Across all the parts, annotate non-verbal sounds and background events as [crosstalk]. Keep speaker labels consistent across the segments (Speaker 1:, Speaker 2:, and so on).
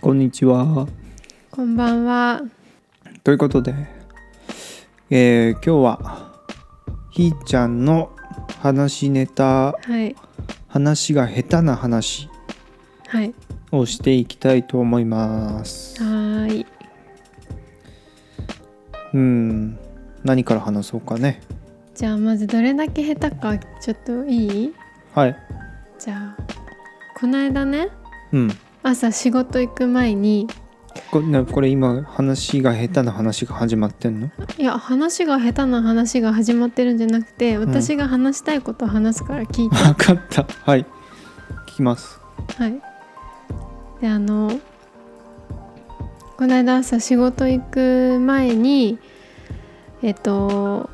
Speaker 1: こんにちは。
Speaker 2: こんばんは。
Speaker 1: ということで、えー今日はひーちゃんの話しネタ
Speaker 2: はい。
Speaker 1: 話が下手な話
Speaker 2: はい。
Speaker 1: をしていきたいと思います
Speaker 2: は。ーい。
Speaker 1: うん何から話そうかね。
Speaker 2: じゃあまずどれだけ下手かちょっといい
Speaker 1: はい。
Speaker 2: じゃあこの間ね
Speaker 1: うん
Speaker 2: 朝仕事行く前に
Speaker 1: こなこれ今話が下手な話が始まってんの
Speaker 2: いや話が下手な話が始まってるんじゃなくて
Speaker 1: ん
Speaker 2: 私が話したいことを話すから聞いて、
Speaker 1: 分かったはい聞きます
Speaker 2: はい。であのこの間朝仕事行く前にえっと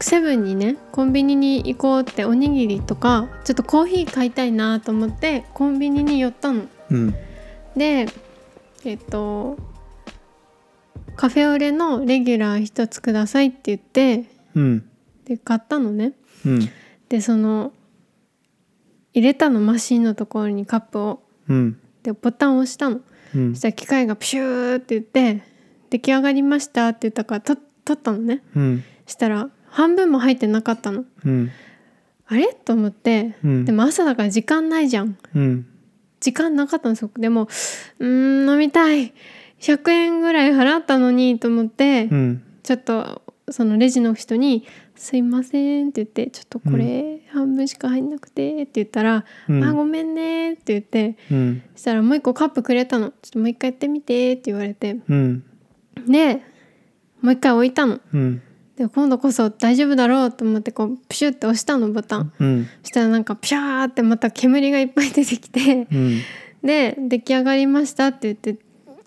Speaker 2: セブンにねコンビニに行こうっておにぎりとかちょっとコーヒー買いたいなと思ってコンビニに寄ったの。
Speaker 1: うん
Speaker 2: でえっとカフェオレのレギュラー一つくださいって言って
Speaker 1: うん
Speaker 2: で買ったのね。
Speaker 1: うん
Speaker 2: でその入れたのマシンのところにカップを
Speaker 1: うん
Speaker 2: でボタンを押したの
Speaker 1: うん
Speaker 2: そしたら機械がプシューって言って「出来上がりました」って言ったからと取ったのね
Speaker 1: うん
Speaker 2: したら半分も入ってなかったの
Speaker 1: うん
Speaker 2: あれと思って、
Speaker 1: うん
Speaker 2: でも朝だから時間ないじゃん
Speaker 1: うん
Speaker 2: 時間なかったんですよでもうーん飲みたい100円ぐらい払ったのにと思って、
Speaker 1: うん
Speaker 2: ちょっとそのレジの人に「すいません」って言って「ちょっとこれ半分しか入んなくて」って言ったら「
Speaker 1: うん
Speaker 2: あごめんね」って言って
Speaker 1: うん
Speaker 2: そしたらもう一個カップくれたの「ちょっともう一回やってみて」って言われて
Speaker 1: うん
Speaker 2: でもう一回置いたの
Speaker 1: うん
Speaker 2: で今度こそ大丈夫だろうと思ってこうプシュって押したのボタン
Speaker 1: うん
Speaker 2: そしたらなんかピシャーってまた煙がいっぱい出てきて
Speaker 1: うん
Speaker 2: で出来上がりましたって言って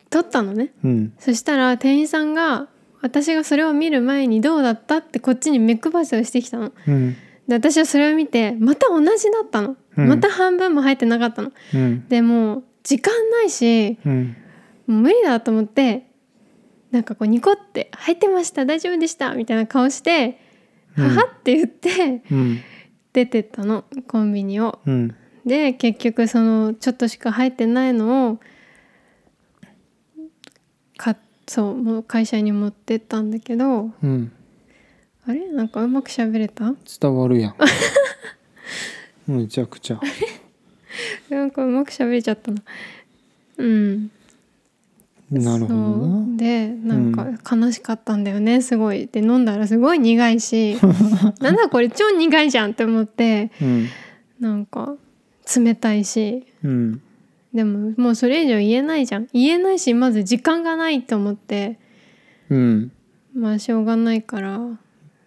Speaker 2: 取ったのね
Speaker 1: うん
Speaker 2: そしたら店員さんが私がそれを見る前にどうだったってこっちに目配せをしてきたの
Speaker 1: うん
Speaker 2: で私はそれを見てまた同じだったの、
Speaker 1: うん
Speaker 2: また半分も入ってなかったの
Speaker 1: うん
Speaker 2: でもう時間ないし
Speaker 1: うん
Speaker 2: もう無理だと思ってなんかこうニコって「入ってました大丈夫でした」みたいな顔して「
Speaker 1: うん
Speaker 2: はは」って言って
Speaker 1: うん
Speaker 2: 出てったのコンビニを。
Speaker 1: うん
Speaker 2: で結局そのちょっとしか入ってないのをかそうもう会社に持ってったんだけど
Speaker 1: うん
Speaker 2: あれなんかうまく喋れた
Speaker 1: 伝わるやんむちゃくちゃ
Speaker 2: なんかうまく喋れちゃったなうん
Speaker 1: なるほど
Speaker 2: そう
Speaker 1: な
Speaker 2: でなんか悲しかったんだよね、すごいで飲んだらすごい苦い
Speaker 1: [laughs]
Speaker 2: しなんだこれ超苦いじゃんって思って
Speaker 1: うん
Speaker 2: なんか冷たいし
Speaker 1: うん
Speaker 2: でももうそれ以上言えないじゃん言えないしまず時間がないと思って
Speaker 1: うん
Speaker 2: まあしょうがないから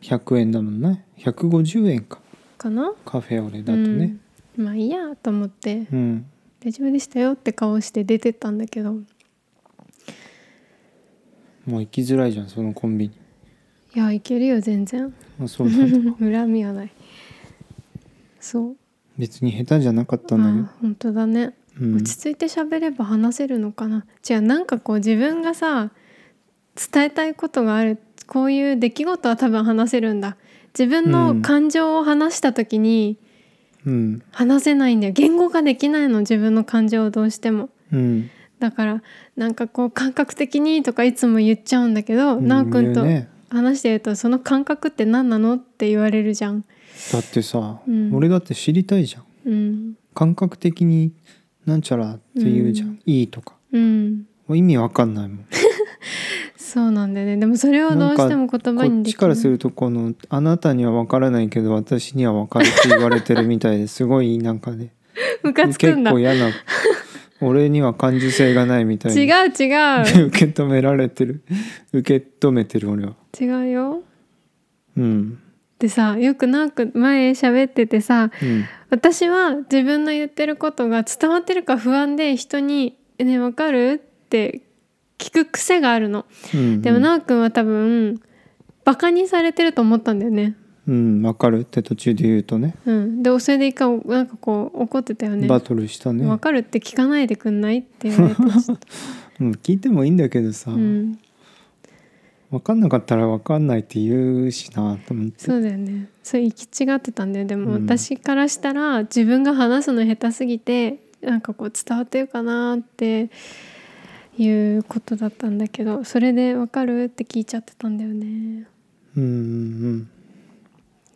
Speaker 1: 100円だもんね150円か
Speaker 2: かな
Speaker 1: カフェオレだとね
Speaker 2: うんまあいいやと思って
Speaker 1: うん
Speaker 2: 大丈夫でしたよって顔して出てったんだけど
Speaker 1: もう行きづらいじゃんそのコンビニ
Speaker 2: いやいけるよ全然
Speaker 1: [laughs] あそうなんだ
Speaker 2: 恨みはないそう
Speaker 1: 別に下手じゃなかった
Speaker 2: あ
Speaker 1: んだ
Speaker 2: ー本当だね
Speaker 1: けど、うん、
Speaker 2: 落ち着いて喋れば話せるのかな違うなんかこう自分がさ伝えたいことがあるこういう出来事は多分話せるんだ自分
Speaker 1: う
Speaker 2: の
Speaker 1: ん
Speaker 2: 感情を話した時に
Speaker 1: うん
Speaker 2: 話せないんだよ言語ができないの自分の感情をどうしても
Speaker 1: うん
Speaker 2: だからなんかこう感覚的にとかいつも言っちゃうんだけど、なおくん
Speaker 1: 言
Speaker 2: と
Speaker 1: うね
Speaker 2: 話してるとその感覚って何なのって言われるじゃん。
Speaker 1: だってさ、
Speaker 2: うん
Speaker 1: 俺だって知りたいじゃん
Speaker 2: うん、
Speaker 1: 感覚的になんちゃらって言うじゃん、
Speaker 2: うん
Speaker 1: いいとか
Speaker 2: うん、
Speaker 1: もう意味わかんないもん
Speaker 2: そうなんだよね。でもそれをどうしても言葉
Speaker 1: こっ
Speaker 2: にで
Speaker 1: ち
Speaker 2: きな
Speaker 1: か
Speaker 2: い。
Speaker 1: らするとこの「あなたにはわからないけど私にはわかる」って言われてるみたいですごいなんかね
Speaker 2: [laughs] ムカつ
Speaker 1: 結
Speaker 2: くんだ。
Speaker 1: 構
Speaker 2: 違う
Speaker 1: 嫌な
Speaker 2: [laughs]
Speaker 1: 俺には感受性がないみたいに [laughs]
Speaker 2: 違
Speaker 1: 受け止められてる受け止めてる俺は
Speaker 2: う違うよ。
Speaker 1: うん
Speaker 2: でさよくなんか前喋っててさ
Speaker 1: うん
Speaker 2: 私は自分の言ってることが伝わってるか不安で人に「ねえわかる?」って聞く癖があるの。
Speaker 1: うん
Speaker 2: でもなおくんは多分バカにされてると思ったんだよね。
Speaker 1: うんわかるって途中で言うとね
Speaker 2: うん、でそれで一回なんかこう怒ってたよね。
Speaker 1: バトルしたね
Speaker 2: わかるって聞かないでくんないって言われて
Speaker 1: [laughs]
Speaker 2: ちょっと、
Speaker 1: うん、聞いてもいいんだけどさ、
Speaker 2: う
Speaker 1: わ
Speaker 2: ん、
Speaker 1: 分かんなかったら分かんないって言うしなと思って
Speaker 2: そうだよねそれ行き違ってたんだよでも
Speaker 1: うん
Speaker 2: 私からしたら自分が話すの下手すぎてなんかこう伝わってるかなっていうことだったんだけどそれで「わかる?」って聞いちゃってたんだよね。
Speaker 1: うんうん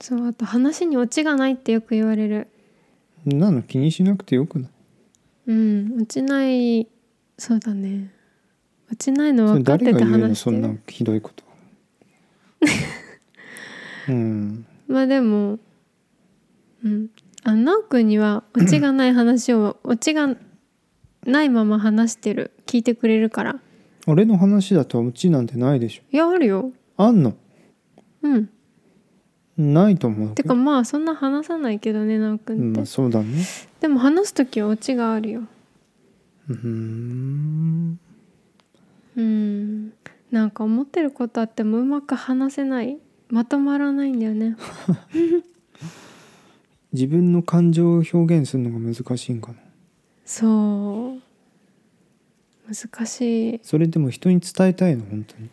Speaker 2: そうあと話にオチがないってよく言われる。
Speaker 1: うんなの気にしなくてよくない
Speaker 2: うん落ちないそうだね落ちないの
Speaker 1: それ
Speaker 2: 分かって
Speaker 1: 誰
Speaker 2: て
Speaker 1: が言うの
Speaker 2: 話して
Speaker 1: そんな
Speaker 2: る
Speaker 1: ひどいことうん
Speaker 2: まあでもうんあ奈くんには落ちがない話を落ちがないまま話してる聞いてくれるから
Speaker 1: 俺の話だとうちなんてないでしょ
Speaker 2: いやあるよ
Speaker 1: あんの
Speaker 2: うん
Speaker 1: ないと思う
Speaker 2: てかまあそんな話さないけどね奈く
Speaker 1: うん
Speaker 2: っ
Speaker 1: ん
Speaker 2: て、
Speaker 1: まあそうだね
Speaker 2: でも話す時は落ちがあるよ
Speaker 1: うーん
Speaker 2: うんなんか思ってることあってもうまく話せないまとまらないんだよね
Speaker 1: 自分の感情を表現するのが難しいんかな
Speaker 2: そう難しい
Speaker 1: それでも人に伝えたいの本当に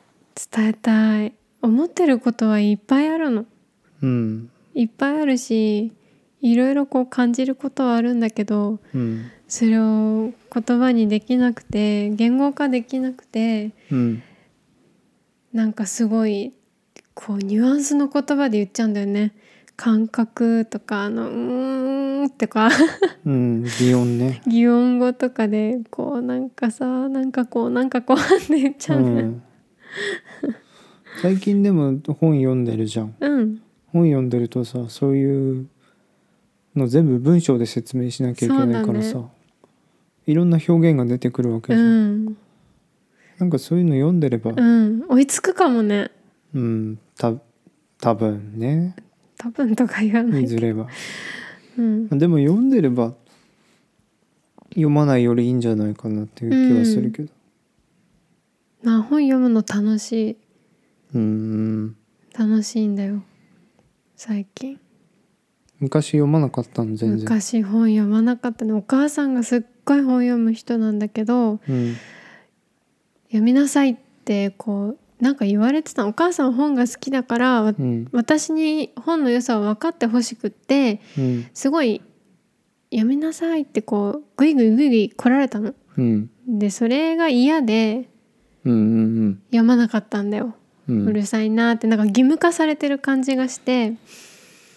Speaker 2: 伝えたい思ってることはいっぱいあるの
Speaker 1: うん
Speaker 2: いっぱいあるしいろいろこう感じることはあるんだけど
Speaker 1: うん
Speaker 2: それを言葉にできなくて言語化できなくて
Speaker 1: うん
Speaker 2: なんかすごいこうニュアンスの言葉で言っちゃうんだよね感覚とかあの「うーん」とか [laughs]
Speaker 1: うん擬音ね
Speaker 2: 擬音語とかでこうなんかさなんかこうなんかこうって言っ [laughs] ちゃう
Speaker 1: う
Speaker 2: ね
Speaker 1: ん、最近でも本読んでるじゃん
Speaker 2: うん、
Speaker 1: 本読んでるとさそういうの全部文章で説明しなきゃいけないから
Speaker 2: そ
Speaker 1: さ、
Speaker 2: う
Speaker 1: いろんな表現が出てくるわけ
Speaker 2: う
Speaker 1: じゃん、
Speaker 2: ん
Speaker 1: なんかそういうの読んでれば
Speaker 2: うん、追いつくかもね
Speaker 1: うん、た多分ね
Speaker 2: 多分とか言わないい
Speaker 1: ずれは
Speaker 2: うん、
Speaker 1: でも読んでれば読まないよりいいんじゃないかなっていう気はするけど
Speaker 2: まあ本読むの楽しい
Speaker 1: うんん
Speaker 2: 楽しいんだよ最近
Speaker 1: 昔読まなかったの全然、
Speaker 2: 昔本読まなかったねお母さんがすっごい本読む人なんだけど
Speaker 1: うん、
Speaker 2: 読みなさいってこうなんか言われてたお母さん本が好きだから、わ
Speaker 1: うん
Speaker 2: 私に本の良さを分かってほしくって
Speaker 1: うん
Speaker 2: すごい読みなさいってこうグイグイグイグイ来られたの。
Speaker 1: うん
Speaker 2: でそれが嫌で
Speaker 1: うんうん
Speaker 2: 読まなかったんだよ。
Speaker 1: うん
Speaker 2: うるさいなってなんか義務化されてる感じがして、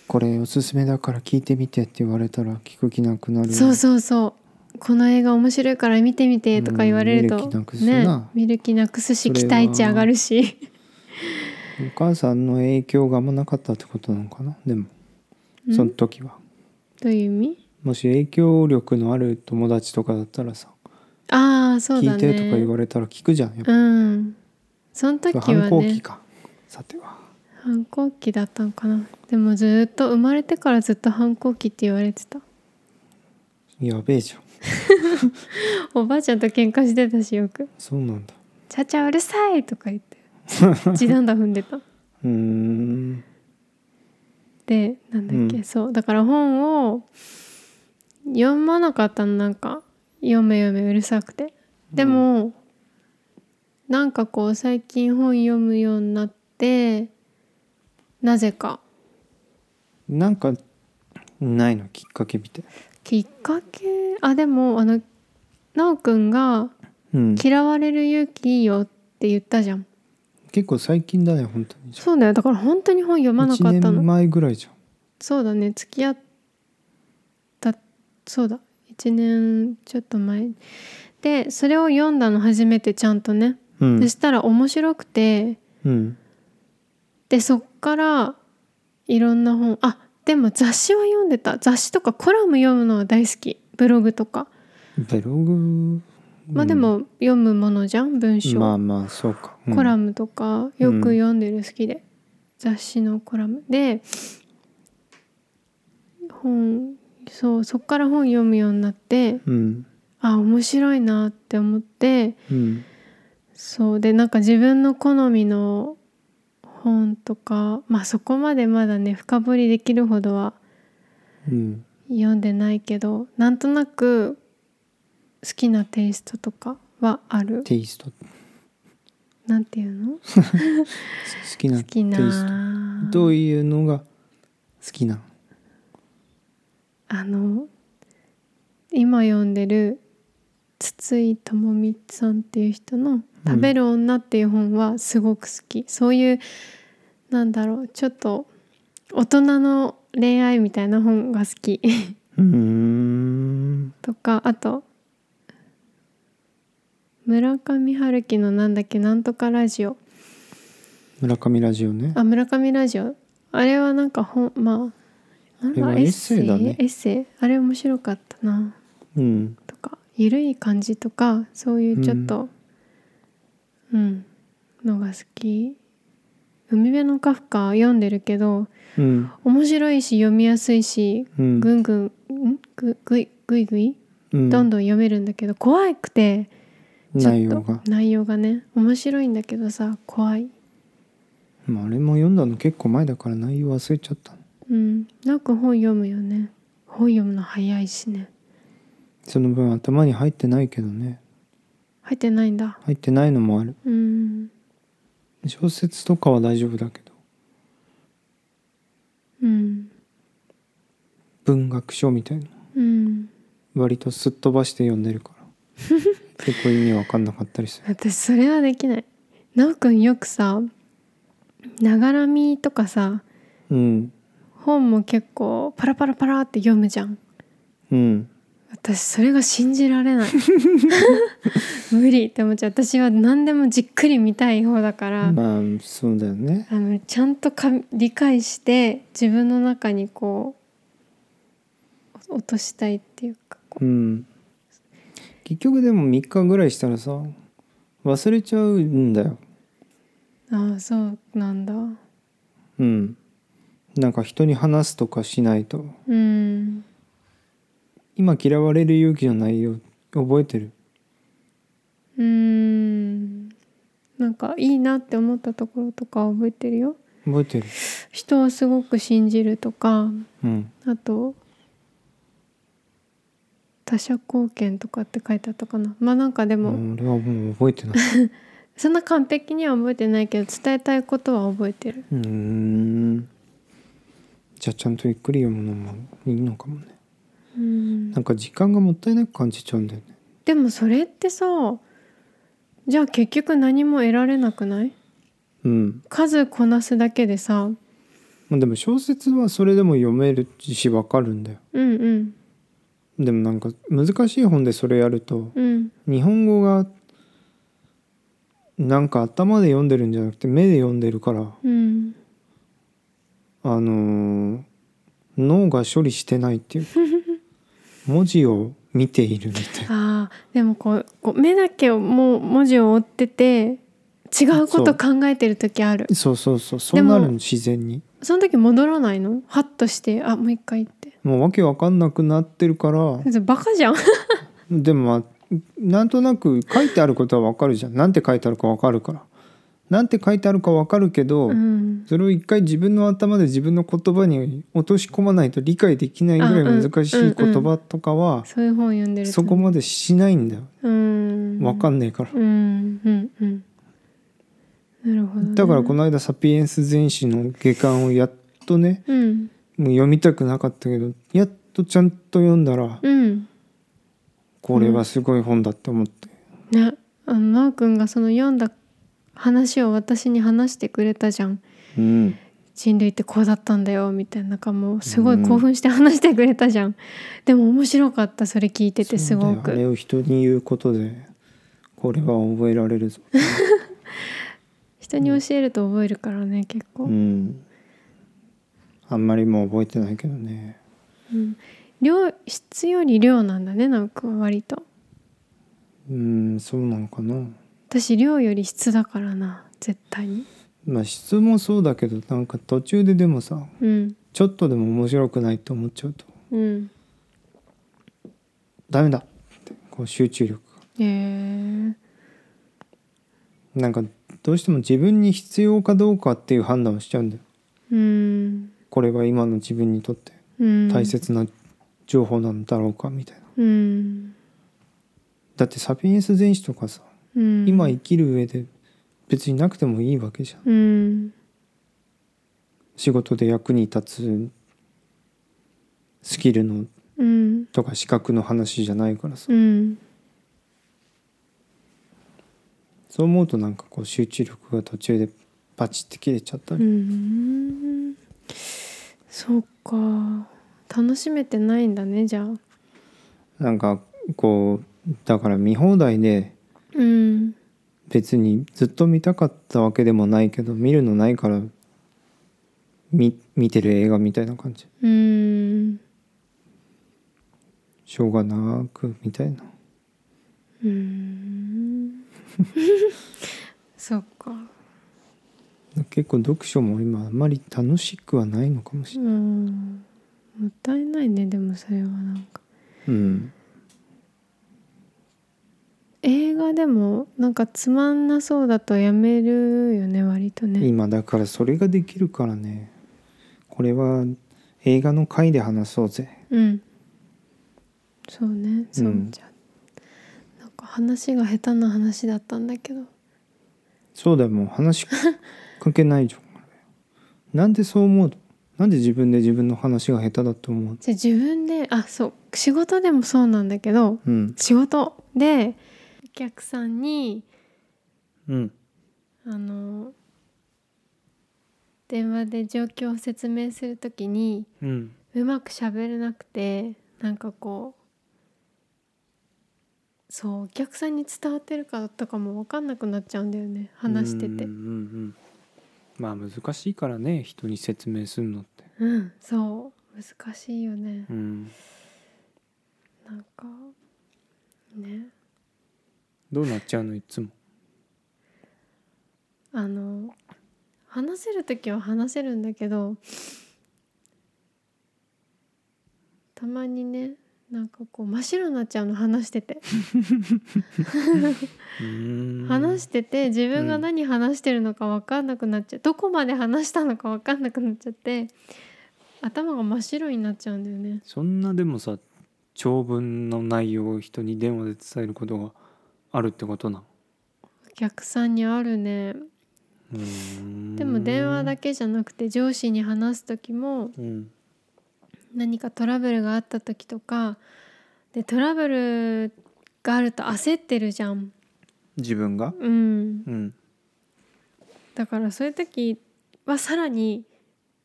Speaker 1: これおすすめだから聞いてみてって言われたら聞く気なくなるよ
Speaker 2: そうそうそうこの映画面白いから見てみてとか言われると、
Speaker 1: うん見る気なくすな
Speaker 2: 見る気なくすし
Speaker 1: それ
Speaker 2: 期
Speaker 1: は
Speaker 2: 待値上がるし
Speaker 1: お母さんの影響があんまなかったってことなのかなでも
Speaker 2: うん
Speaker 1: その時は
Speaker 2: という意味
Speaker 1: もし影響力のある友達とかだったらさ、
Speaker 2: ああそう
Speaker 1: 聞
Speaker 2: だ
Speaker 1: い
Speaker 2: ね
Speaker 1: てとか言われたら聞くじゃんやっぱ
Speaker 2: うんその時はね
Speaker 1: 反抗期かさては
Speaker 2: 反抗期だったのかなでもずっと生まれてからずっと反抗期って言われてた
Speaker 1: やべえじゃん
Speaker 2: おばあちゃんと喧嘩してたしよく
Speaker 1: そうなんだ
Speaker 2: 「ちゃちゃうるさい!」とか言って
Speaker 1: [laughs]
Speaker 2: 地団打踏んでた
Speaker 1: うーん
Speaker 2: でなんだっけ、
Speaker 1: うん
Speaker 2: そうだから本を読まなかったのなんか読め読めうるさくてでも、なんかこう最近本読むようになってなぜか
Speaker 1: なんかないのきっかけみたい
Speaker 2: きっかけあでもあのなおくんが
Speaker 1: うん
Speaker 2: 「嫌われる勇気いいよ」って言ったじゃん、
Speaker 1: 結構最近だね本当に
Speaker 2: そうだよだから本当に本読まなか
Speaker 1: 1
Speaker 2: ったの
Speaker 1: 年前ぐらいじゃん
Speaker 2: そうだね付き合ったそうだ1年ちょっと前でそれを読んだの初めてちゃんとね、
Speaker 1: うん
Speaker 2: そしたら面白くて
Speaker 1: うん
Speaker 2: でそっからいろんな本あでも雑誌は読んでた雑誌とかコラム読むのは大好きブログとか
Speaker 1: ブログ
Speaker 2: まあでも読むものじゃん文章、
Speaker 1: まあまあそうか、
Speaker 2: コラ
Speaker 1: ム
Speaker 2: ムとかよく読んでる好きで、雑誌のコラムで本そうそっから本読むようになって
Speaker 1: うん
Speaker 2: あ面白いなって思って
Speaker 1: うん
Speaker 2: そうでなんか自分の好みの本とかまあそこまでまだね深掘りできるほどは
Speaker 1: うん
Speaker 2: 読んでないけどなんとなく好きなテイストとかはある
Speaker 1: テイスト好
Speaker 2: なんていうの
Speaker 1: きな
Speaker 2: 好き
Speaker 1: テイス
Speaker 2: な
Speaker 1: トどういうのが好きなの
Speaker 2: あの今読んでる筒井智美さんっていう人の「食べる女」っていう本はすごく好き、そういうなんだろうちょっと大人の恋愛みたいな本が好き [laughs]
Speaker 1: うーん
Speaker 2: とかあと村上春樹のなんだっけなんとかラジオ
Speaker 1: 村上ラジオね
Speaker 2: あ村上ラジオあれはなんか本まあなんだ
Speaker 1: あれはエッセイだね
Speaker 2: エッセイあれ面白かったな
Speaker 1: うん
Speaker 2: とかゆるい感じとかそういうちょっとうん、のが好き海辺のカフカ読んでるけど
Speaker 1: うん
Speaker 2: 面白いし読みやすいし
Speaker 1: うん
Speaker 2: ぐんぐんんぐぐいぐいぐい
Speaker 1: うん
Speaker 2: どんどん読めるんだけど怖くてちょ
Speaker 1: 内
Speaker 2: っ
Speaker 1: 容
Speaker 2: と
Speaker 1: が、
Speaker 2: 内容がね面白いんだけどさ怖い
Speaker 1: まあ、あれも読んだの結構前だから内容忘れちゃった
Speaker 2: うんなんか本読むよね本読むの早いしね
Speaker 1: その分頭に入ってないけどね
Speaker 2: 入ってないんだ
Speaker 1: 入ってないのもある
Speaker 2: うん
Speaker 1: 小説とかは大丈夫だけど
Speaker 2: うん
Speaker 1: 文学書みたいな
Speaker 2: うん
Speaker 1: 割とすっ飛ばして読んでる
Speaker 2: [laughs]
Speaker 1: から結構意味わかんなかったりする
Speaker 2: 私それはできないなおくんよくさながらみとかさ
Speaker 1: うん
Speaker 2: 本も結構パラパラパラって読むじゃん
Speaker 1: うん
Speaker 2: 私それが信じられない無理って思っちゃう私は何でもじっくり見たい方だから、
Speaker 1: まあそうだよね
Speaker 2: あのちゃんとか理解して自分の中にこう落としたいっていうかこ
Speaker 1: うん結局でも3日ぐらいしたらさ忘れちゃうんだよ
Speaker 2: うああそうなんだ
Speaker 1: うんなんか人に話すとかしないと
Speaker 2: うん
Speaker 1: 今嫌われる勇気の内容覚えてる
Speaker 2: うーんなんかいいなって思ったところとか覚えてるよ
Speaker 1: 覚えてる
Speaker 2: 人をすごく信じるとか
Speaker 1: うん
Speaker 2: あと他者貢献とかって書いてあったかなまあなんかでも、
Speaker 1: 俺はもう覚えてない
Speaker 2: そんな完璧には覚えてないけど伝えたいことは覚えてる
Speaker 1: うーんじゃあちゃんとゆっくり読むのもいいのかもね
Speaker 2: うん
Speaker 1: なんか時間がもったいなく感じちゃうんだよね
Speaker 2: でもそれってさじゃあ結局何も得られなくない
Speaker 1: うん
Speaker 2: 数こなすだけでさ
Speaker 1: まあでも小説はそれでも読めるしわかるんだよ
Speaker 2: うんうん
Speaker 1: でもなんか難しい本でそれやると
Speaker 2: うん
Speaker 1: 日本語がなんか頭で読んでるんじゃなくて目で読んでるから
Speaker 2: うん
Speaker 1: あのー脳が処理してない
Speaker 2: [laughs]
Speaker 1: っていう文字を見ているみたいな
Speaker 2: あーでもこうこう目だけをもう文字を追ってて違うこと考えてる時ある
Speaker 1: そうそうそうそうなる
Speaker 2: で
Speaker 1: の
Speaker 2: も
Speaker 1: 自然に
Speaker 2: その時戻らないのハッとしてあもう一回って
Speaker 1: もうわけわかんなくなってるから
Speaker 2: それバカじゃん
Speaker 1: でもまあなんとなく書いてあることはわかるじゃんなんて書いてあるかわかるからなんて書いてあるかわかるけど、
Speaker 2: うん
Speaker 1: それを一回自分の頭で自分の言葉に落とし込まないと理解できないぐらい難しい言葉とかは
Speaker 2: そういう本読んでると
Speaker 1: そこまでしないんだよ
Speaker 2: うん
Speaker 1: わかんないから
Speaker 2: うんうんうんなるほど、ね、
Speaker 1: だからこの間「サピエンス全史」の下巻をやっとね
Speaker 2: うん
Speaker 1: もう読みたくなかったけどやっとちゃんと読んだら
Speaker 2: うん
Speaker 1: これはすごい本だって思って
Speaker 2: ねあのなおくんがその読んだ話を私に話してくれたじゃん
Speaker 1: うん
Speaker 2: 人類ってこうだったんだよみたいななんかもうすごい興奮して話してくれたじゃん、でも面白かったそれ聞いててす
Speaker 1: そう
Speaker 2: ご
Speaker 1: だよあれ
Speaker 2: く
Speaker 1: を人に言うことでこれは覚えられるぞ、
Speaker 2: 人に教えると覚えるからね結構、
Speaker 1: うん、あんまりもう覚えてないけどね
Speaker 2: うん、量質より量なんだねなおくんは割と
Speaker 1: うんそうなのかな
Speaker 2: 私量より質だからな絶対に
Speaker 1: まあ質もそうだけどなんか途中ででもさ
Speaker 2: うん
Speaker 1: ちょっとでも面白くないって思っちゃうと
Speaker 2: うん
Speaker 1: ダメだってこう集中力が
Speaker 2: へえ
Speaker 1: なんかどうしても自分に必要かどうかっていう判断をしちゃうんだよ
Speaker 2: うん
Speaker 1: これは今の自分にとって
Speaker 2: うん
Speaker 1: 大切な情報なんだろうかみたいな、
Speaker 2: うん
Speaker 1: だってサピエンス全史とかさ
Speaker 2: うん
Speaker 1: 今生きる上で別になくてもいいわけじゃん
Speaker 2: うん
Speaker 1: 仕事で役に立つスキルの
Speaker 2: うん
Speaker 1: とか資格の話じゃないからさ
Speaker 2: うん
Speaker 1: そう思うとなんかこう集中力が途中でパチって切れちゃった
Speaker 2: う
Speaker 1: り、
Speaker 2: んそうか楽しめてないんだねじゃあ
Speaker 1: なんかこうだから見放題で
Speaker 2: うん
Speaker 1: 別にずっと見たかったわけでもないけど見るのないから見見てる映画みたいな感じ
Speaker 2: うん
Speaker 1: しょうがなくみたいな
Speaker 2: うん [laughs] そっか
Speaker 1: 結構読書も今あんまり楽しくはないのかもしれ
Speaker 2: うんもったいないねでもそれはなんか
Speaker 1: ない、うん、
Speaker 2: 映画でもなんかつまんなそうだとやめるよね割とね
Speaker 1: 今だからそれができるからねこれは映画の回で話そうぜ
Speaker 2: うんそうねそう
Speaker 1: うん
Speaker 2: じゃ、なんか話が下手な話だったんだけど
Speaker 1: そうだよもう話関係ないじゃんなんでそう思うのなんで自分で自分の話が下手だと思うの
Speaker 2: じゃあ自分であそう仕事でもそうなんだけど
Speaker 1: うん
Speaker 2: 仕事でお客さんに
Speaker 1: うん
Speaker 2: あの電話で状況を説明するときに
Speaker 1: うん
Speaker 2: うまく喋れなくてなんかこうそうお客さんに伝わってるかとかも分かんなくなっちゃうんだよね話してて
Speaker 1: うんうんうんまあ難しいからね人に説明するのって
Speaker 2: うんそう難しいよね
Speaker 1: うん
Speaker 2: なんかね
Speaker 1: どうなっちゃうのいつも
Speaker 2: あの話せる時は話せるんだけどたまにねなんかこう真っ白になっちゃうの話してて話
Speaker 1: し
Speaker 2: してて自分が何話してるのか分かんなくなっちゃう、どこまで話したのか分かんなくなっちゃって頭が真っ白になっちゃうんだよね
Speaker 1: そんなでもさ長文の内容を人に電話で伝えることがあるってことなの
Speaker 2: お客さんにあるね
Speaker 1: うーん
Speaker 2: でも電話だけじゃなくて上司に話す時も
Speaker 1: うん
Speaker 2: 何かトラブルがあった時とかでトラブルがあると焦ってるじゃん
Speaker 1: 自分が
Speaker 2: うん
Speaker 1: うん
Speaker 2: だからそういう時はさらに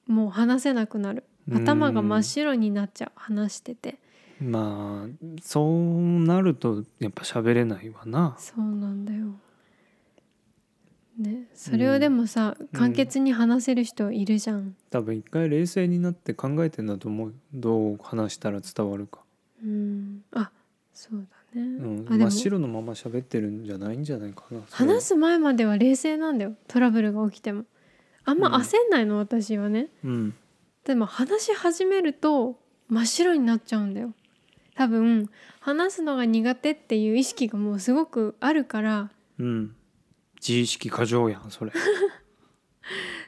Speaker 2: もう話せなくなる頭が真っ白になっちゃう話してて
Speaker 1: まあそうなるとやっぱ喋れないわな
Speaker 2: そうなんだよ。ね、それ
Speaker 1: う
Speaker 2: を
Speaker 1: ん
Speaker 2: でもさ、簡潔に話せる人いるじゃん。
Speaker 1: 多分一回冷静になって考えてんだと思うどう話したら伝わるか、
Speaker 2: うん、あ、そうだね。
Speaker 1: うん、真
Speaker 2: あでも
Speaker 1: っ白のまま喋ってるんじゃないんじゃないかなそれは
Speaker 2: 話す前までは冷静なんだよ。トラブルが起きても。あんま
Speaker 1: うん
Speaker 2: 焦んないの、私はね。
Speaker 1: うん
Speaker 2: でも話し始めると真っ白になっちゃうんだよ。多分話すのが苦手っていう意識がもうすごくあるから
Speaker 1: うん自意識過剰やん
Speaker 2: [laughs]
Speaker 1: それ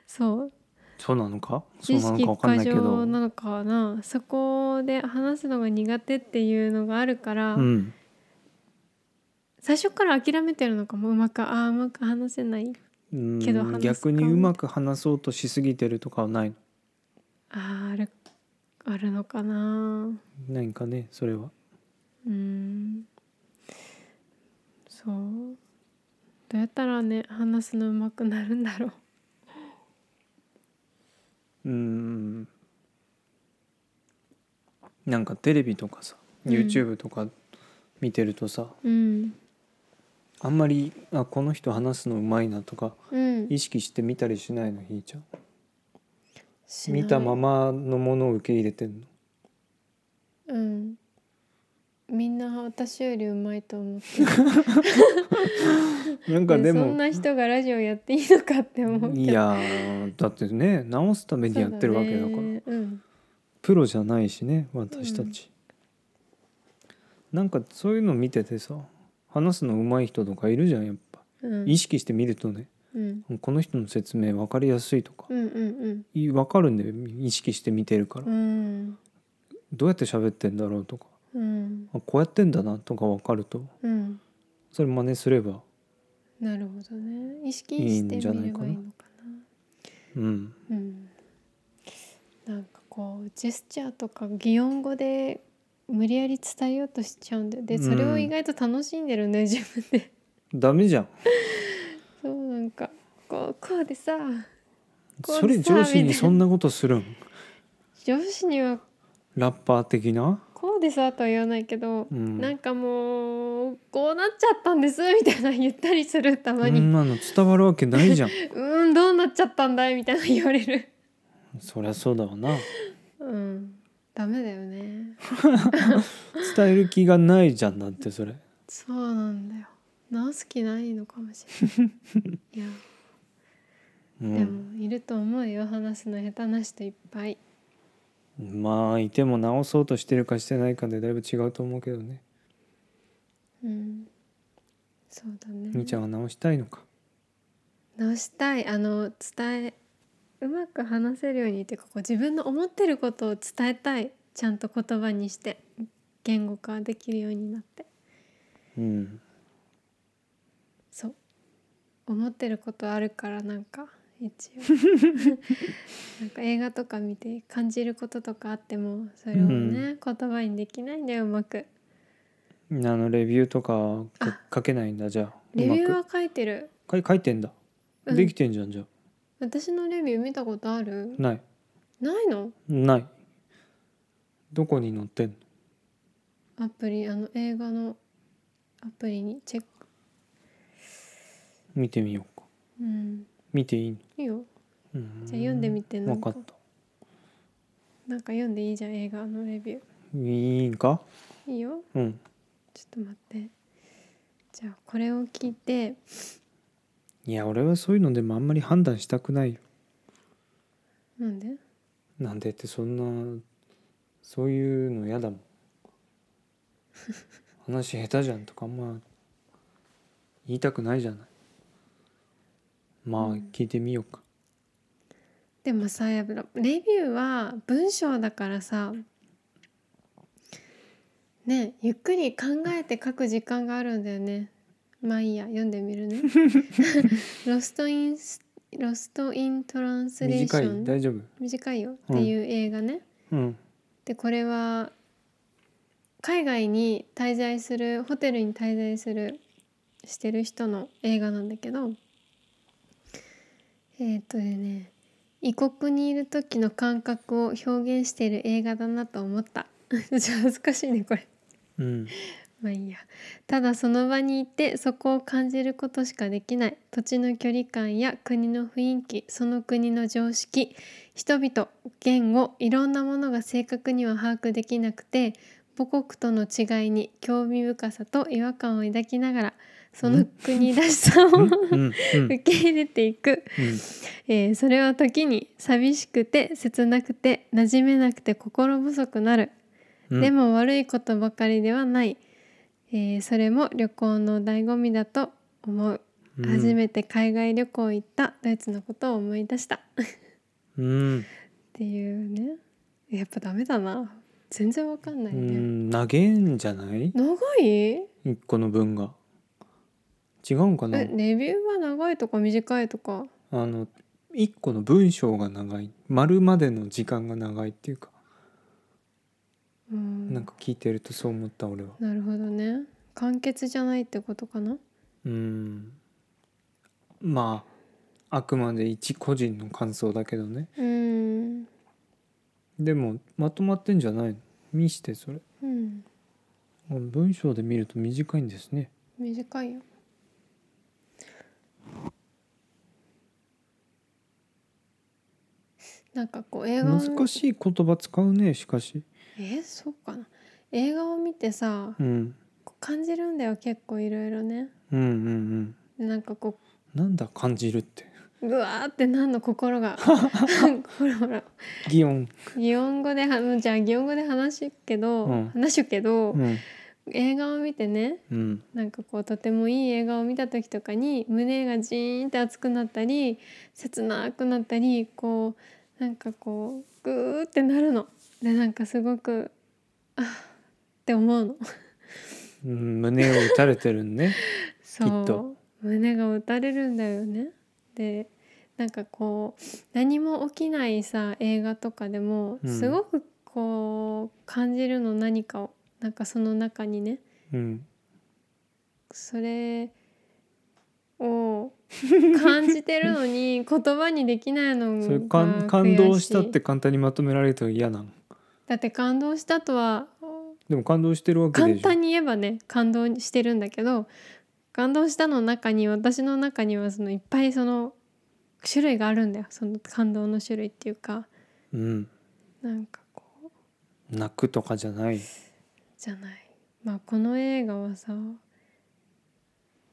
Speaker 2: そう
Speaker 1: そうなのか
Speaker 2: 自
Speaker 1: そうな
Speaker 2: 意識
Speaker 1: のかわかん
Speaker 2: 過
Speaker 1: ないけ
Speaker 2: 剰
Speaker 1: ど
Speaker 2: なのかなそこで話すのが苦手っていうのがあるから、
Speaker 1: うん
Speaker 2: 最初から諦めてるのかもうまくああうまく話せない
Speaker 1: うん
Speaker 2: けど話すか
Speaker 1: 逆にうまく話そうとしすぎてるとかはないの
Speaker 2: あーあるあるのかな
Speaker 1: ないんかねそれは
Speaker 2: うーんそうどうやったらね話すのうまくなるんだろう
Speaker 1: うんなんかテレビとかさ
Speaker 2: うん
Speaker 1: YouTube とか見てるとさ、
Speaker 2: うん
Speaker 1: あんまりあこの人話すのうまいなとか
Speaker 2: うん
Speaker 1: 意識して見たりしないのひーちゃん
Speaker 2: しない
Speaker 1: 見たままのものを受け入れてんの
Speaker 2: うんみんな私よりうまいと思ってる
Speaker 1: なんかで
Speaker 2: そん
Speaker 1: も
Speaker 2: な人がラジオやっていいのかって思うけど
Speaker 1: いやーだってね直すためにやってるわけだから
Speaker 2: そうねうん
Speaker 1: プロじゃないしね私たち、なんかそういうの見ててさ話すのうまい人とかいるじゃんやっぱ、
Speaker 2: うん
Speaker 1: 意識して見るとね
Speaker 2: うん
Speaker 1: この人の説明分かりやすいとか
Speaker 2: う、んうん
Speaker 1: い分かるんだよ意識して見てるから、
Speaker 2: うんうん
Speaker 1: どうやって喋ってんだろうとか
Speaker 2: うん
Speaker 1: あこうやってんだなとか分かると
Speaker 2: うん
Speaker 1: それ真似すれば
Speaker 2: なるほどね意識
Speaker 1: いい
Speaker 2: し
Speaker 1: ん
Speaker 2: てみ
Speaker 1: じゃない
Speaker 2: れ
Speaker 1: か
Speaker 2: ば
Speaker 1: ない
Speaker 2: いのかな
Speaker 1: うん
Speaker 2: うんなんかこうジェスチャーとか擬音語で無理やり伝えようとしちゃうんだよでそれを意外と楽しんでるね、自分で
Speaker 1: ダメじゃん
Speaker 2: そうなんかこうこうでさこう
Speaker 1: それ
Speaker 2: さ
Speaker 1: 上司
Speaker 2: みたいな
Speaker 1: にそんなことするん
Speaker 2: 上司には
Speaker 1: ラッパー的な
Speaker 2: こうでさとは言わないけど、
Speaker 1: うん
Speaker 2: なんかもうこうなっちゃったんですみたいな言ったりするたま
Speaker 1: そ
Speaker 2: に、うん
Speaker 1: なの伝わるわけない
Speaker 2: [laughs]
Speaker 1: じゃん
Speaker 2: ーんどうなっちゃったんだいみたいな言われる
Speaker 1: そりゃそうだわな
Speaker 2: うんダメだよね
Speaker 1: 伝える気がないじゃんだってそれ
Speaker 2: そうなんだよ直す気ないのかもしれないいや
Speaker 1: う
Speaker 2: で
Speaker 1: ん
Speaker 2: もいると思うよ話すの下手な人いっぱい
Speaker 1: まあいても直そうとしてるかしてないかでだいぶ違うと思うけどね
Speaker 2: うんそうだね
Speaker 1: みーちゃんは直したいのか
Speaker 2: 直したいあの伝えうまく話せるようにっていうかこう自分の思ってることを伝えたいちゃんと言葉にして言語化できるようになって
Speaker 1: うん
Speaker 2: そう思ってることあるからなんか一応 [laughs] なんか映画とか見て感じることとかあってもそれをね、言葉にできないんだようまく
Speaker 1: あのレビューとかか書けないんだじゃあ
Speaker 2: レビュー
Speaker 1: うま
Speaker 2: は書いてる
Speaker 1: くか書いてんだ、
Speaker 2: うん
Speaker 1: できてんじゃんじゃあ
Speaker 2: 私のレビュー見たことある
Speaker 1: ない
Speaker 2: ないの
Speaker 1: ないどこに載ってんの
Speaker 2: アプリあの映画のアプリにチェック
Speaker 1: 見てみようか
Speaker 2: うん
Speaker 1: 見ていいの
Speaker 2: いいよ
Speaker 1: うん
Speaker 2: じゃあ読んでみてな
Speaker 1: わ
Speaker 2: ん
Speaker 1: か
Speaker 2: か
Speaker 1: った
Speaker 2: なんか読んでいいじゃん映画のレビュ
Speaker 1: いいんか
Speaker 2: ーいいよ
Speaker 1: うん
Speaker 2: ちょっと待ってじゃあこれを聞いて
Speaker 1: いや俺はそういうのでもあんまり判断したくないよ
Speaker 2: なんで
Speaker 1: なんでってそんなそういうの嫌だもん話下手じゃんとかあんま言いたくないじゃないまあ聞いてみようか
Speaker 2: でもさやっぱレビューは文章だからさねゆっくり考えて書く時間があるんだよねまあいいや読んで
Speaker 1: [laughs]
Speaker 2: みるねロストインスロストイントランスレーシ
Speaker 1: 短
Speaker 2: ョ
Speaker 1: い
Speaker 2: ン
Speaker 1: 大丈夫
Speaker 2: 短いよっ
Speaker 1: うん
Speaker 2: ていう映画ね、
Speaker 1: うん
Speaker 2: でこれは海外に滞在するホテルに滞在するしてる人の映画なんだけどえーっ、とね異国にいる時の感覚を表現している映画だなと思った [laughs] ちょっと恥ずかしいねこれ
Speaker 1: うん
Speaker 2: まあいいやただその場にいてそこを感じることしかできない土地の距離感や国の雰囲気その国の常識人々言語いろんなものが正確には把握できなくて母国との違いに興味深さと違和感を抱きながらその国らしさを [laughs]
Speaker 1: うん [laughs] うんうん
Speaker 2: 受け入れていく
Speaker 1: うん
Speaker 2: えーそれは時に寂しくて切なくて馴染めなくて心細くなる、
Speaker 1: うん
Speaker 2: でも悪いことばかりではない、えーそれも旅行の醍醐味だと思う、
Speaker 1: うん
Speaker 2: 初めて海外旅行行ったドイツのことを思い出したっ
Speaker 1: うん
Speaker 2: ていうねやっぱダメだな全然わかんな
Speaker 1: う
Speaker 2: いね、
Speaker 1: ん投げんじゃない
Speaker 2: 長い
Speaker 1: 一個の分が違うんかな
Speaker 2: えレビューは長いとか短いとか
Speaker 1: あの一個の文章が長い丸までの時間が長いっていうか
Speaker 2: うん
Speaker 1: なんか聞いてるとそう思った俺は
Speaker 2: なるほどね簡潔じゃないってことかな
Speaker 1: うんまああくまで一個人の感想だけどね
Speaker 2: うん
Speaker 1: でもまとまってんじゃないの見してそれ
Speaker 2: うん
Speaker 1: 文章で見ると短いんですね
Speaker 2: 短いよなんかこう映画を
Speaker 1: 難しい言葉使うねしかし
Speaker 2: えーそうかな映画を見てさ
Speaker 1: うん
Speaker 2: こう感じるんだよ結構いろいろね
Speaker 1: うんうんうん
Speaker 2: なんかこ
Speaker 1: なんだ感じるって
Speaker 2: ううわーってなんの心が [laughs] ほらほら
Speaker 1: 擬音
Speaker 2: 擬音語ではもうじゃあ擬音語で話すけど、
Speaker 1: うん
Speaker 2: 話すけど、
Speaker 1: うん
Speaker 2: 映画を見てね
Speaker 1: うん
Speaker 2: なんかこうとてもいい映画を見た時とかに胸がジーンって熱くなったり切なくなったりこうなんかこうグーってなるのでなんかすごくあーって思うの
Speaker 1: うん胸を打たれてるんね
Speaker 2: そ
Speaker 1: き
Speaker 2: う
Speaker 1: っと
Speaker 2: 胸が打たれるんだよねでなんかこう何も起きないさ映画とかでも
Speaker 1: うん
Speaker 2: すごくこう感じるの何かをなんかその中にね
Speaker 1: うん
Speaker 2: それ
Speaker 1: [laughs]
Speaker 2: を感じてるのに言葉にできないの
Speaker 1: それ
Speaker 2: が
Speaker 1: かん
Speaker 2: 悔
Speaker 1: 感動したっ
Speaker 2: い
Speaker 1: て簡単にまとめられると嫌なの
Speaker 2: だって感動したとは
Speaker 1: でも感動してるわけ
Speaker 2: 簡
Speaker 1: でしょ
Speaker 2: 単に言えばね感動してるんだけど感動したの中に私の中にはそのいっぱいその種類があるんだよその感動の種類っていうか
Speaker 1: うん
Speaker 2: なんかこう
Speaker 1: 泣くとかじゃない
Speaker 2: じゃないまあこの映画はさ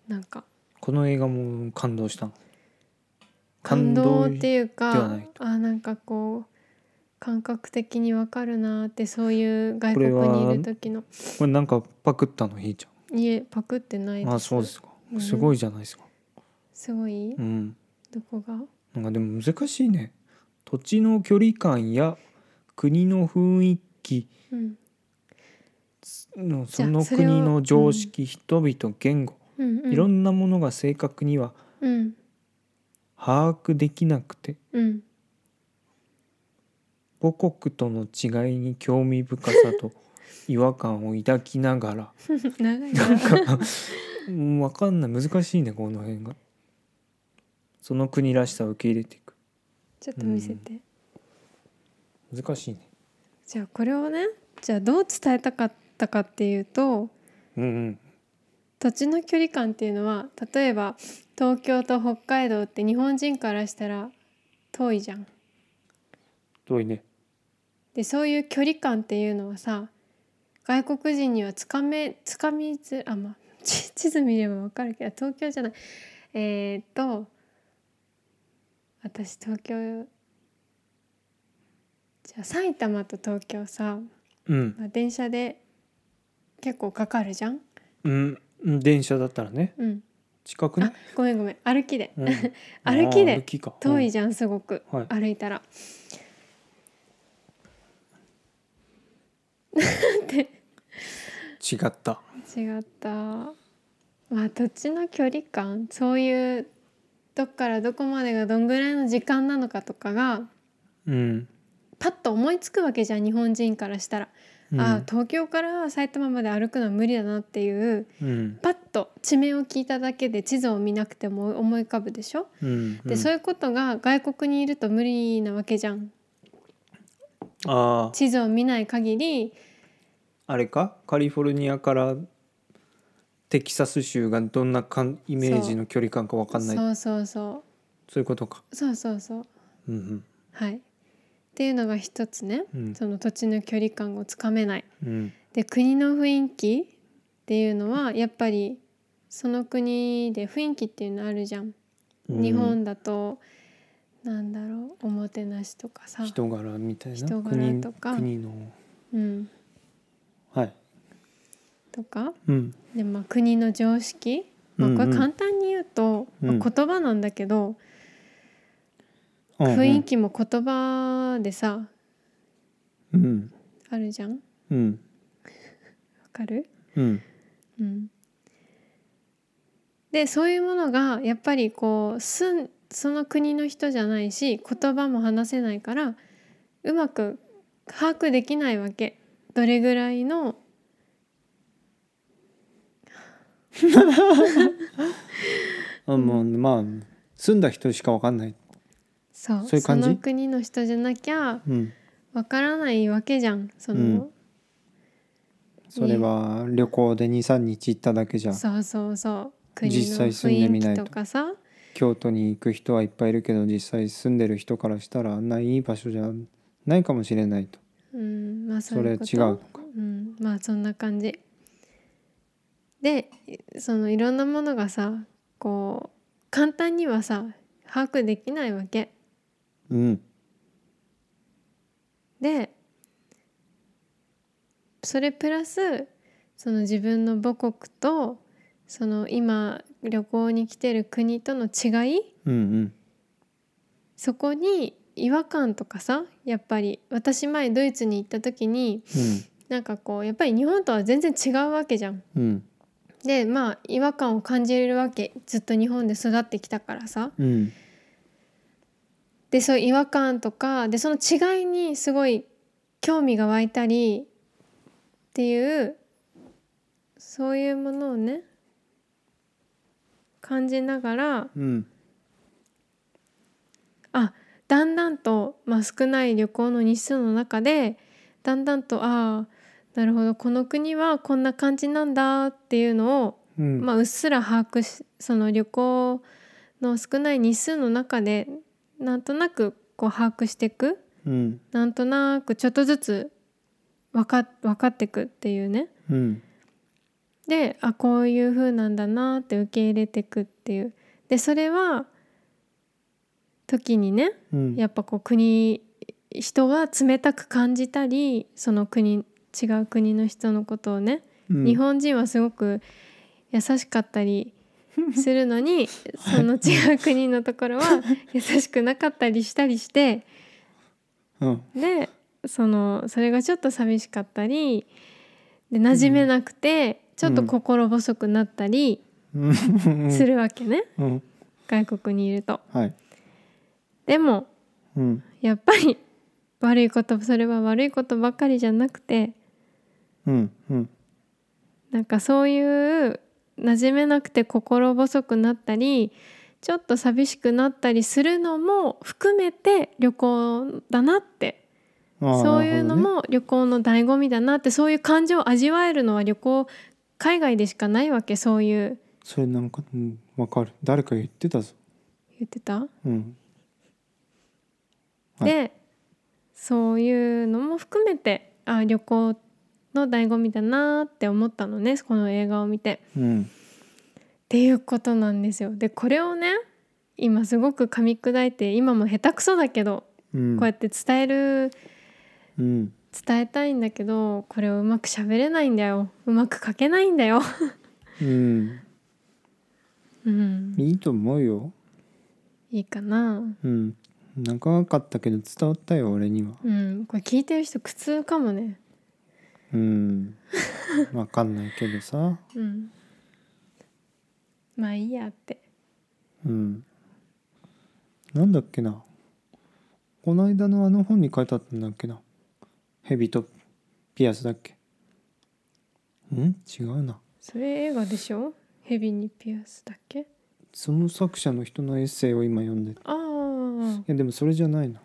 Speaker 2: なんか
Speaker 1: この映画も感動したの
Speaker 2: 感動っ
Speaker 1: 感
Speaker 2: ていう
Speaker 1: ではな
Speaker 2: か
Speaker 1: い
Speaker 2: あなんかこう感覚的にわかるなーってそういう外
Speaker 1: これ
Speaker 2: 国
Speaker 1: は
Speaker 2: にいる時の
Speaker 1: 動これなんかパクったのひーち
Speaker 2: いえパクってない
Speaker 1: ゃんあそうですか
Speaker 2: うん
Speaker 1: すごいじゃないですか
Speaker 2: すごい、
Speaker 1: うん
Speaker 2: どこが
Speaker 1: なんかでも難しいね土地の距離感や国の雰囲気
Speaker 2: うん
Speaker 1: の
Speaker 2: じゃ
Speaker 1: そ
Speaker 2: あ
Speaker 1: の
Speaker 2: それを
Speaker 1: 国の常識、人々言語
Speaker 2: うんうん
Speaker 1: いろんなものが正確には
Speaker 2: うん
Speaker 1: 把握できなくて
Speaker 2: うん [laughs]
Speaker 1: 母国との違いに興味深さと
Speaker 2: [laughs]
Speaker 1: 違和感を抱きながら
Speaker 2: 長い
Speaker 1: [laughs]
Speaker 2: な
Speaker 1: なんかうんわかんない難しいねこの辺がその国らしさを受け入れていく
Speaker 2: ちょっと見せて、
Speaker 1: 難しいね
Speaker 2: じゃあこれをねじゃあどう伝えたかったかっていうと
Speaker 1: うんうん
Speaker 2: 土地の距離感っていうのは例えば東京と北海道って日本人からしたら遠いじゃん。
Speaker 1: 遠いね
Speaker 2: でそういう距離感っていうのはさ外国人にはつかめつかみづあま [laughs] あ地地図見ればわかるけど東京じゃないえーっと私東京じゃあ埼玉と東京さ、
Speaker 1: うん
Speaker 2: まあ、電車で結構かかるじゃん。
Speaker 1: うんうん電車だったらね
Speaker 2: うん、
Speaker 1: 近く
Speaker 2: あ
Speaker 1: ね、
Speaker 2: ごめんごめん歩きで
Speaker 1: うん
Speaker 2: 歩きで
Speaker 1: あーきか
Speaker 2: 遠い
Speaker 1: じ
Speaker 2: じゃんすごく、
Speaker 1: はい
Speaker 2: 歩いたら。
Speaker 1: ゃん違った
Speaker 2: 違ったまあ土地の距離感そういうどっからどこまでがどんぐらいの時間なのかとかが
Speaker 1: うん、
Speaker 2: パッと思いつくわけじゃん日本人からしたら、
Speaker 1: うん、
Speaker 2: ああ東京から埼玉まで歩くのは無理だなっていう
Speaker 1: うん
Speaker 2: パッと地名を聞いただけで地図を見なくても思い浮かぶでしょ、
Speaker 1: うん
Speaker 2: でそう
Speaker 1: い
Speaker 2: いうことが外国にいると無理なわけじゃん
Speaker 1: うんあー
Speaker 2: 地図を見ない限り
Speaker 1: あれかカリフォルニアからテキサス州がどんなかんイメージの距離感かわかんないそう
Speaker 2: そうそうそ
Speaker 1: いうことか
Speaker 2: うそうそうそう
Speaker 1: うん
Speaker 2: はいっていうのが一つね、
Speaker 1: うん
Speaker 2: その土地の距離感をつかめない
Speaker 1: うんうん
Speaker 2: で国の雰囲気っていうのはやっぱりその国で雰囲気っていうのあるじゃん、
Speaker 1: うん
Speaker 2: 日本だとなんだろうおもてなしとかさ、
Speaker 1: 人柄みたいな
Speaker 2: 人柄とか
Speaker 1: 国国の
Speaker 2: うん、
Speaker 1: はい
Speaker 2: とか
Speaker 1: うん
Speaker 2: で、まあ、国の常識、まあ、
Speaker 1: うんうん
Speaker 2: これ簡単に言うと、
Speaker 1: うん
Speaker 2: まあ言葉なんだけど、雰囲気も言葉でさ
Speaker 1: うん
Speaker 2: あるじゃんわ
Speaker 1: うん
Speaker 2: かる
Speaker 1: うん
Speaker 2: うん、でそういうものがやっぱりこう住んその国の人じゃないし言葉も話せないからうまく把握できないわけどれぐらいの
Speaker 1: あもうまあ住んだ人しかわかんない
Speaker 2: そう
Speaker 1: そういう感じ
Speaker 2: その国の人じゃなきゃ
Speaker 1: うん
Speaker 2: わからないわけじゃんその、
Speaker 1: それは旅行で23日行っただけじゃ
Speaker 2: そうそうそう国
Speaker 1: 実
Speaker 2: の
Speaker 1: 際住んで
Speaker 2: 雰
Speaker 1: み
Speaker 2: 囲
Speaker 1: な
Speaker 2: 気
Speaker 1: いと
Speaker 2: とかさ
Speaker 1: 京都に行く人はいっぱいいるけど実際住んでる人からしたらあんないい場所じゃないかもしれないと
Speaker 2: うんまあそ
Speaker 1: そう
Speaker 2: い
Speaker 1: れ
Speaker 2: う
Speaker 1: は
Speaker 2: こと
Speaker 1: 違うのか
Speaker 2: うん、まあそんな感じでそのいろんなものがさこう簡単にはさ把握できないわけ
Speaker 1: うん
Speaker 2: でそれプラスその自分の母国とその今旅行に来てる国との違い
Speaker 1: うん
Speaker 2: そこに違和感とかさやっぱり私前ドイツに行った時になんかこうやっぱり日本とは全然違うわけじゃん。
Speaker 1: うんうん
Speaker 2: でまあ違和感を感じるわけずっと日本で育ってきたからさ
Speaker 1: うん
Speaker 2: でそういう違和感とかでその違いにすごい興味が湧いたりっていうそういうものをね感じながら
Speaker 1: うん
Speaker 2: あだんだんと、まあ、少ない旅行の日数の中でだんだんとああなるほどこの国はこんな感じなんだっていうのを、
Speaker 1: うん、
Speaker 2: まあ、うっすら把握しその旅行の少ない日数の中でなんとなくこう把握していく
Speaker 1: うん
Speaker 2: なんとなくちょっとずつ分か分かってくっていうね
Speaker 1: うん
Speaker 2: であこういう風なんだなって受け入れてくっていうでそれは時にね
Speaker 1: うん
Speaker 2: やっぱこう国人が冷たく感じたりその国違う国の人のことをね、
Speaker 1: うん
Speaker 2: 日本人はすごく優しかっ
Speaker 1: [laughs]
Speaker 2: たりするのにその違う国のと
Speaker 1: [laughs]
Speaker 2: ころは優しくなかったりしたりして
Speaker 1: うん
Speaker 2: でそのそれがちょっと寂しかったりで馴染めなくて、ちょっと心細くなったり
Speaker 1: うん
Speaker 2: するわけね、
Speaker 1: うん
Speaker 2: 外国にいると。
Speaker 1: はい
Speaker 2: でも
Speaker 1: うん
Speaker 2: やっぱり悪いことそれは悪いことばかりじゃなくて
Speaker 1: うんうん
Speaker 2: なんかそういう馴染めなくて心細くなったりちょっと寂しくなったりするのも含めて旅行だなって
Speaker 1: あー
Speaker 2: そういう
Speaker 1: な
Speaker 2: の
Speaker 1: る
Speaker 2: も旅行の醍醐味だなってそういう感情を味わえるのは旅行海外でしかないわけそうい
Speaker 1: ほ
Speaker 2: う
Speaker 1: どねそれなんかうんわかる誰か言ってたぞ
Speaker 2: 言ってた、
Speaker 1: うんはい
Speaker 2: でそういうのも含めてあ旅行の醍醐味だなって思ったのねこの映画を見て。
Speaker 1: うん
Speaker 2: っていうことなんですよ。でこれをね今すごく噛み砕いて今も下手くそだけど
Speaker 1: うん
Speaker 2: こうやって伝える、
Speaker 1: うん
Speaker 2: 伝えたいんだけどこれをうまく喋れないんだようまく書けないんだよ。
Speaker 1: うん
Speaker 2: うん、
Speaker 1: いいと思うよ
Speaker 2: いいかな。
Speaker 1: うん長かったけど伝わったよ俺には
Speaker 2: うん、これ聞いてる人苦痛かもね。
Speaker 1: うんわかんないけどさ
Speaker 2: うん、まあいいやって。
Speaker 1: うんなんだっけなこの間のあの本に書いてあったんだっけな蛇とピアスだっけん違うな
Speaker 2: それ映画でしょ蛇にピアスだっけ
Speaker 1: その作者の人のエッセイを今読んでい
Speaker 2: ああ
Speaker 1: やでもそれじゃないな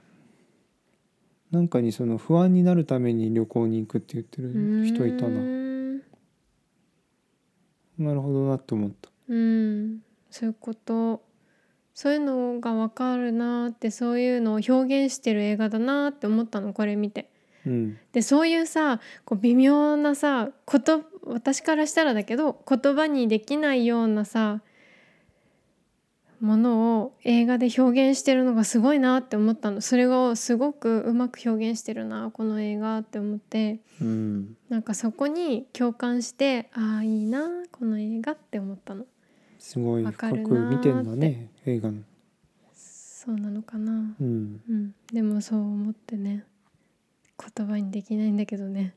Speaker 1: なんかにその不安になるために旅行に行くって言ってる人いた
Speaker 2: う
Speaker 1: な
Speaker 2: ーん
Speaker 1: なるほどなって思った
Speaker 2: うんそういうことそういうのが分かるなーってそういうのを表現してる映画だなーって思ったのこれ見て。
Speaker 1: うん
Speaker 2: でそういうさこう微妙なさこと私からしたらだけど言葉にできないようなさものを映画で表現してるのがすごいなって思ったのそれをすごくうまく表現してるなこの映画って思って
Speaker 1: うん
Speaker 2: なんかそこに共感してああいいなこの映画って思ったの
Speaker 1: すごい
Speaker 2: わか
Speaker 1: 深
Speaker 2: るなー
Speaker 1: く見てんだね映画の
Speaker 2: そうなのかな
Speaker 1: うん、
Speaker 2: うんでもそう思ってね言葉にできないんだけどね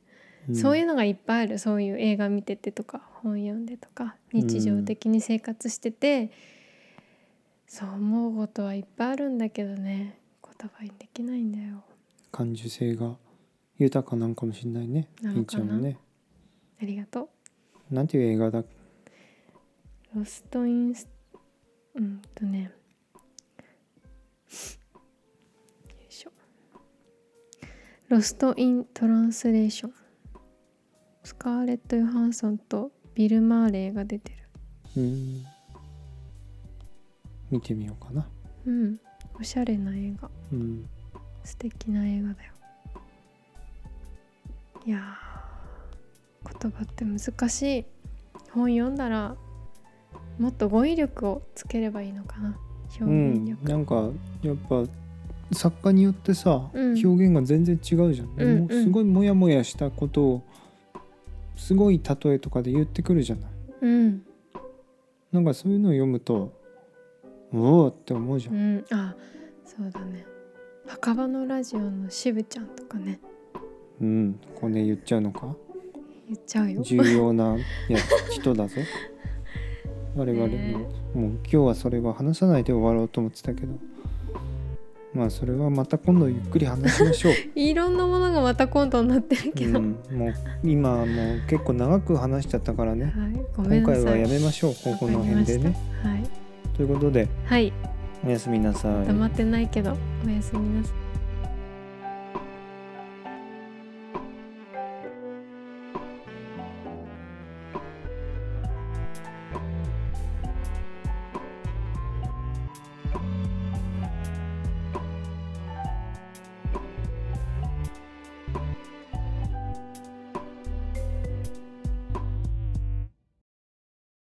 Speaker 1: うん
Speaker 2: そういうのがいっぱいあるそういう映画見ててとか本読んでとか
Speaker 1: うん
Speaker 2: 日常的に生活してて、そう思うことはいっぱいあるんだけどね言葉にできないんだよ
Speaker 1: 感受性が豊かなんかもしれないね
Speaker 2: な
Speaker 1: み
Speaker 2: の
Speaker 1: ー
Speaker 2: か
Speaker 1: ち
Speaker 2: な
Speaker 1: ゃんもね
Speaker 2: ありがとう
Speaker 1: なんていう映画だ
Speaker 2: ロストインスうんとねよいしょロスト・イン・トランスレーションスカーレット・ヨハンソンとビル・マーレーが出てる
Speaker 1: うん見てみようかな
Speaker 2: うんおしゃれな映画
Speaker 1: うん
Speaker 2: 素敵な映画だよいやー言葉って難しい本読んだらもっと語彙力をつければいいのかな表
Speaker 1: う
Speaker 2: 現
Speaker 1: ん
Speaker 2: 力、
Speaker 1: なんかやっぱ作家によってさ、
Speaker 2: うん
Speaker 1: 表現が全然違うじゃん、
Speaker 2: うん
Speaker 1: も
Speaker 2: うん
Speaker 1: すごいモヤモヤしたことをすごい例えとかで言ってくるじゃない
Speaker 2: うん
Speaker 1: なんかそういうのを読むとおおって思うじゃ、
Speaker 2: うんん、あそうだね墓場のラジオのしぶちゃんとかね
Speaker 1: うん、これ言っちゃうのか
Speaker 2: 言っちゃうよ
Speaker 1: 重要なやつ人だぞ
Speaker 2: [laughs]
Speaker 1: 我々も,、
Speaker 2: ね
Speaker 1: もう今日はそれは話さないで終わろうと思ってたけどまあそれはまた今度ゆっくり話しま
Speaker 2: [laughs]
Speaker 1: しょう、
Speaker 2: いろんなものがまたコントになってるけ
Speaker 1: う
Speaker 2: ど、
Speaker 1: ん、もう今はもう結構長く話しちゃったからね
Speaker 2: はいごめ
Speaker 1: 今
Speaker 2: んな
Speaker 1: 回
Speaker 2: さ
Speaker 1: はいやめましょうここの辺でね
Speaker 2: わかりまし
Speaker 1: ということで
Speaker 2: たはい、
Speaker 1: おやすみなさい
Speaker 2: はい、黙ってないけどおやすみなさい